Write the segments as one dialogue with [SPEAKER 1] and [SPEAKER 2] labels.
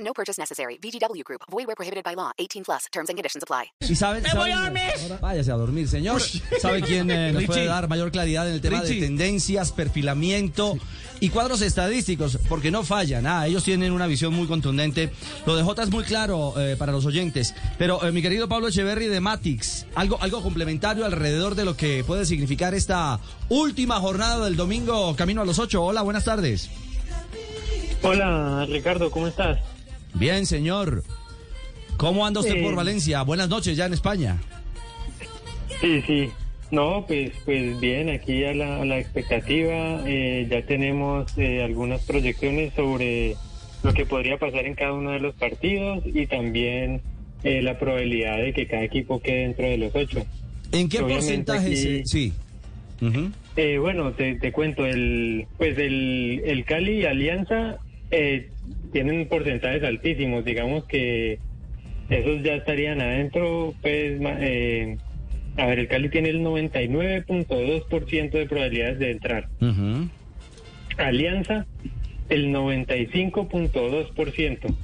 [SPEAKER 1] No purchase necessary. VGW Group. Void where prohibited by law. 18 plus. Terms and conditions apply.
[SPEAKER 2] ¿Y sabe,
[SPEAKER 3] ¡Me
[SPEAKER 2] sabe-
[SPEAKER 3] voy a dormir!
[SPEAKER 2] Váyase a dormir, señor. ¿Sabe quién eh, nos puede
[SPEAKER 3] Richie.
[SPEAKER 2] dar mayor claridad en el tema
[SPEAKER 3] Richie.
[SPEAKER 2] de tendencias, perfilamiento y cuadros estadísticos? Porque no fallan. Ah, ellos tienen una visión muy contundente. Lo de Jota es muy claro eh, para los oyentes. Pero eh, mi querido Pablo Echeverry de Matix, algo, algo complementario alrededor de lo que puede significar esta última jornada del domingo camino a los ocho. Hola, buenas tardes.
[SPEAKER 4] Hola Ricardo, ¿cómo estás?
[SPEAKER 2] Bien, señor. ¿Cómo anda usted
[SPEAKER 4] Eh.
[SPEAKER 2] por Valencia? Buenas noches ya en España.
[SPEAKER 4] Sí, sí. No, pues, pues bien, aquí a la, a la expectativa eh, ya tenemos eh, algunas proyecciones sobre lo que podría pasar en cada uno de los partidos y también eh, la probabilidad de que cada equipo quede dentro de los ocho.
[SPEAKER 2] ¿En qué
[SPEAKER 4] Obviamente
[SPEAKER 2] porcentaje? se-
[SPEAKER 4] aquí-
[SPEAKER 2] Sí. Ujú.
[SPEAKER 4] Eh, bueno, te, te cuento, el, pues el, el Cali y Alianza eh, tienen porcentajes altísimos, digamos que esos ya estarían adentro, pues, ma- eh, a ver, el Cali tiene el 99.2% de probabilidades de entrar,
[SPEAKER 2] Ujú.
[SPEAKER 4] Alianza el 95.2%, o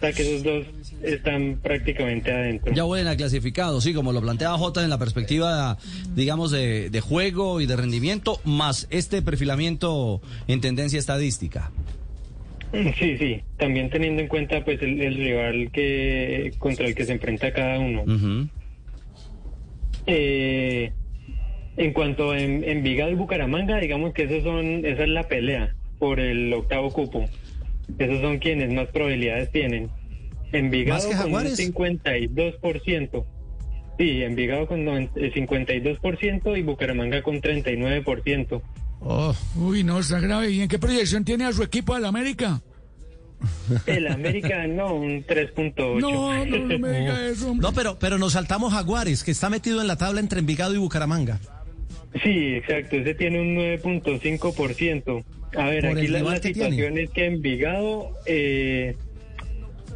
[SPEAKER 4] sea que esos dos están prácticamente adentro.
[SPEAKER 2] Ya huelen a clasificado, sí, como lo plantea Jota en la perspectiva, digamos, de, de juego y de rendimiento, más este perfilamiento en tendencia estadística.
[SPEAKER 4] Sí, sí, también teniendo en cuenta pues el, el rival que contra el que se enfrenta cada uno.
[SPEAKER 2] Ujú.
[SPEAKER 4] Eh, en cuanto a en, Envigado y Bucaramanga, digamos que esos son, esa es la pelea por el octavo cupo. Esos son quienes más probabilidades tienen.
[SPEAKER 2] ¿Más
[SPEAKER 4] Envigado
[SPEAKER 2] que
[SPEAKER 4] con un
[SPEAKER 2] Jaguares?
[SPEAKER 4] 52%. Sí, Envigado con noven- eh, 52% y Bucaramanga con 39%.
[SPEAKER 3] Uy, no, está grave. ¿Y en qué proyección tiene a su equipo del América?
[SPEAKER 4] El América no, un 3.8.
[SPEAKER 3] No, no, no me diga eso, hombre.
[SPEAKER 5] No, pero, pero nos saltamos Jaguares, que está metido en la tabla entre Envigado y Bucaramanga.
[SPEAKER 4] Sí, exacto, ese tiene un 9.5%. A ver,
[SPEAKER 5] Por
[SPEAKER 4] aquí
[SPEAKER 5] el
[SPEAKER 4] la,
[SPEAKER 5] rival
[SPEAKER 4] la
[SPEAKER 5] que tiene.
[SPEAKER 4] situación es que Envigado eh,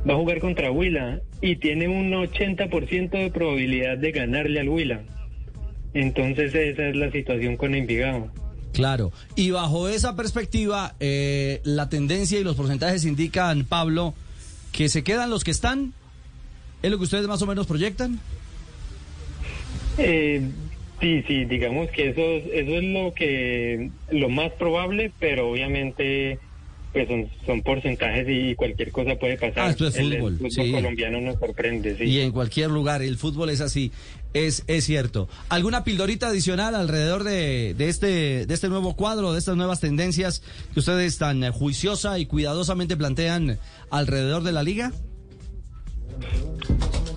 [SPEAKER 4] va a jugar contra Huila y tiene un 80% de probabilidad de ganarle al Huila. Entonces esa es la situación con Envigado.
[SPEAKER 2] Claro. Y bajo esa perspectiva, eh, la tendencia y los porcentajes indican, Pablo, que se quedan los que están. ¿Es lo que ustedes más o menos proyectan?
[SPEAKER 4] Eh, sí, sí, digamos que eso, es- eso es lo que lo más probable, pero obviamente pues son, son porcentajes y cualquier cosa puede pasar.
[SPEAKER 2] Ah, esto es
[SPEAKER 4] El- el
[SPEAKER 2] fútbol, sí.
[SPEAKER 4] colombiano nos sorprende, sí.
[SPEAKER 2] Y en cualquier lugar, el fútbol es así, es, es cierto. ¿Alguna pildorita adicional alrededor de, de este, de este nuevo cuadro, de estas nuevas tendencias que ustedes tan eh, juiciosa y cuidadosamente plantean alrededor de la liga?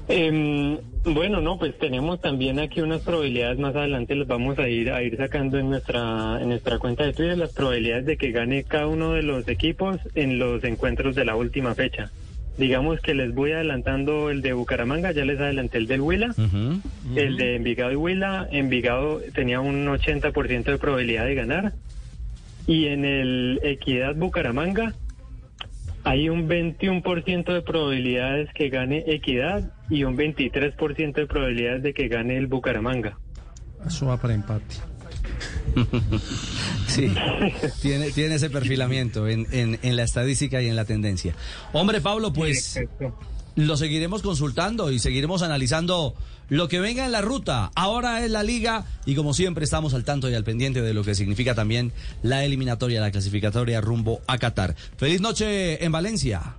[SPEAKER 4] Em, bueno, no, pues tenemos también aquí unas probabilidades más adelante, las vamos a ir a ir sacando en nuestra en nuestra cuenta de Twitter las probabilidades de que gane cada uno de los equipos en los encuentros de la última fecha. Digamos que les voy adelantando el de Bucaramanga, ya les adelanté el del Huila, el de Envigado y Huila, Envigado tenía un 80% de probabilidad de ganar y en el Equidad Bucaramanga hay un 21% de probabilidades que gane Equidad y un 23% de probabilidades de que gane el Bucaramanga.
[SPEAKER 5] Eso va para empate.
[SPEAKER 2] Sí, tiene, tiene ese perfilamiento en, en- en la estadística y en la tendencia. Hombre, Pablo, pues lo seguiremos consultando y seguiremos analizando lo que venga en la ruta. Ahora es la liga y como siempre estamos al tanto y al pendiente de lo que significa también la eliminatoria, la clasificatoria rumbo a Qatar. Feliz noche en Valencia.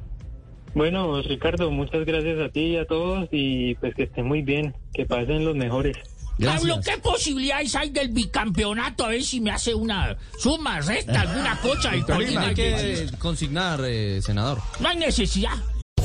[SPEAKER 4] Bueno, Ricardo, muchas gracias a ti y a todos y pues que estén muy bien, que pasen los mejores.
[SPEAKER 3] Pablo,
[SPEAKER 2] Gracias.
[SPEAKER 3] ¿qué posibilidades hay del bicampeonato? A ver si me hace una suma, resta, alguna cosa. del coordinador.
[SPEAKER 2] consignar, eh, senador.
[SPEAKER 3] No hay necesidad.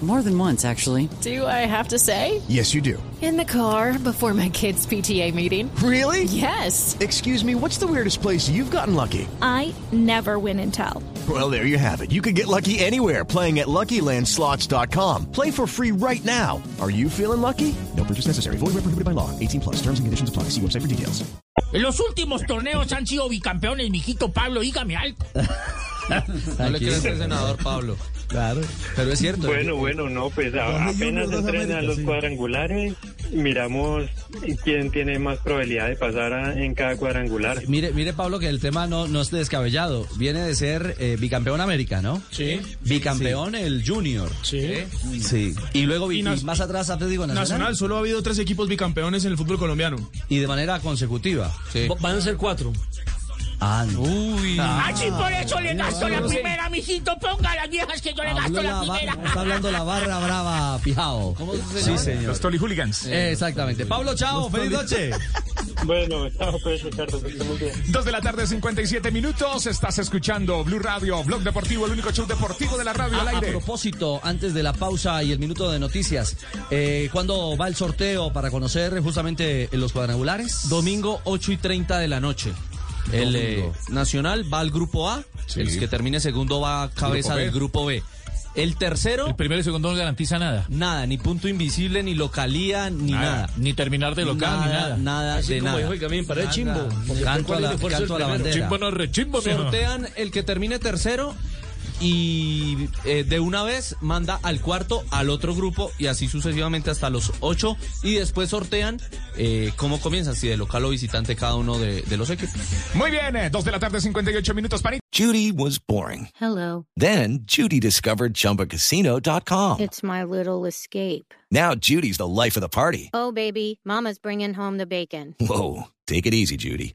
[SPEAKER 6] More than once, actually.
[SPEAKER 7] Do I have to say?
[SPEAKER 8] Yes, you do.
[SPEAKER 7] In the car before my kids' PTA meeting.
[SPEAKER 8] Really?
[SPEAKER 7] Yes.
[SPEAKER 8] Excuse me, what's the weirdest place you've gotten lucky?
[SPEAKER 9] I never win and tell.
[SPEAKER 8] Well, there you have it. You can get lucky anywhere playing at LuckyLandSlots.com. Play for free right now. Are you feeling lucky? No purchase necessary. Void where prohibited by law. 18 plus. Terms and conditions apply. See website for details.
[SPEAKER 3] En los últimos torneos han sido bicampeones, mijito Pablo, dígame algo.
[SPEAKER 2] No le crees al senador, Pablo. Claro, pero es cierto.
[SPEAKER 4] Bueno, bueno, no, pues a- apenas entrenan los cuadrangulares, miramos quién tiene más probabilidad de pasar a- en cada cuadrangular.
[SPEAKER 2] Mire, mire Pablo, que el tema no, no es descabellado. Viene de ser eh, bicampeón América, ¿no?
[SPEAKER 10] Sí.
[SPEAKER 2] Bicampeón el Junior.
[SPEAKER 10] Sí.
[SPEAKER 2] Sí. Y luego vi-
[SPEAKER 10] Y
[SPEAKER 2] y
[SPEAKER 10] Nas-
[SPEAKER 2] más atrás Atlético Nacional.
[SPEAKER 10] Nacional, solo ha habido tres equipos bicampeones en el fútbol colombiano.
[SPEAKER 2] Y de manera consecutiva. Sí.
[SPEAKER 10] Van a ser cuatro.
[SPEAKER 2] Ah, no.
[SPEAKER 10] Uy.
[SPEAKER 3] Ah, sí, por eso le
[SPEAKER 10] No,
[SPEAKER 3] gasto la
[SPEAKER 10] no sé.
[SPEAKER 3] primera, mijito. Ponga las viejas que yo le
[SPEAKER 2] Habló
[SPEAKER 3] gasto la
[SPEAKER 2] la ba-
[SPEAKER 3] primera.
[SPEAKER 2] está hablando la barra brava, pijao. Sí, señor.
[SPEAKER 10] Los Tolly Hooligans.
[SPEAKER 2] Eh, Exactamente. Pablo, chao, feliz noche.
[SPEAKER 4] Bueno, chao, pues Ricardo, que estés muy bien.
[SPEAKER 11] Dos de la tarde, 57 minutos. Estás escuchando Blue Radio, Blog Deportivo, el único show deportivo de la radio
[SPEAKER 12] Ah,
[SPEAKER 11] al
[SPEAKER 2] Ah, A, a
[SPEAKER 11] aire.
[SPEAKER 2] propósito, antes de la pausa y el minuto de noticias, eh, ¿cuándo va el sorteo para conocer justamente los cuadrangulares?
[SPEAKER 12] Domingo 8 y 30 de la noche. El eh,
[SPEAKER 2] Domingo.
[SPEAKER 12] Nacional va al grupo A,
[SPEAKER 2] Sí.
[SPEAKER 12] el que termine segundo va a cabeza
[SPEAKER 2] Grupo B.
[SPEAKER 12] del grupo B. El tercero. El primero y segundo no garantiza nada. Nada, ni punto invisible, ni localía, ni nada.
[SPEAKER 10] Nada.
[SPEAKER 12] Ni terminar
[SPEAKER 10] de local, ni nada.
[SPEAKER 12] Nada,
[SPEAKER 10] Así
[SPEAKER 12] de
[SPEAKER 10] como
[SPEAKER 12] nada.
[SPEAKER 10] dijo el Gamín, para el
[SPEAKER 12] Nada.
[SPEAKER 10] chimbo, porque
[SPEAKER 12] Canto a
[SPEAKER 10] ¿cuál
[SPEAKER 12] la,
[SPEAKER 10] es el esfuerzo
[SPEAKER 12] canto a la
[SPEAKER 10] del primero?
[SPEAKER 12] bandera.
[SPEAKER 10] Chimbo no rechimbo, mijo.
[SPEAKER 12] Sortean el que termine tercero y eh, de una vez manda al cuarto, al otro grupo y así sucesivamente hasta los ocho y después sortean eh, cómo comienzan, si de local o visitante cada uno de, de los equipos.
[SPEAKER 11] Muy bien, eh, dos de la tarde, 58 minutos. Para...
[SPEAKER 13] Judy was boring.
[SPEAKER 14] Hello.
[SPEAKER 13] Then Judy discovered ChumbaCasino.com.
[SPEAKER 14] It's my little escape.
[SPEAKER 13] Now Judy's the life of the party.
[SPEAKER 14] Oh, baby, Mama's bringing home the bacon.
[SPEAKER 13] Whoa, take it easy, Judy.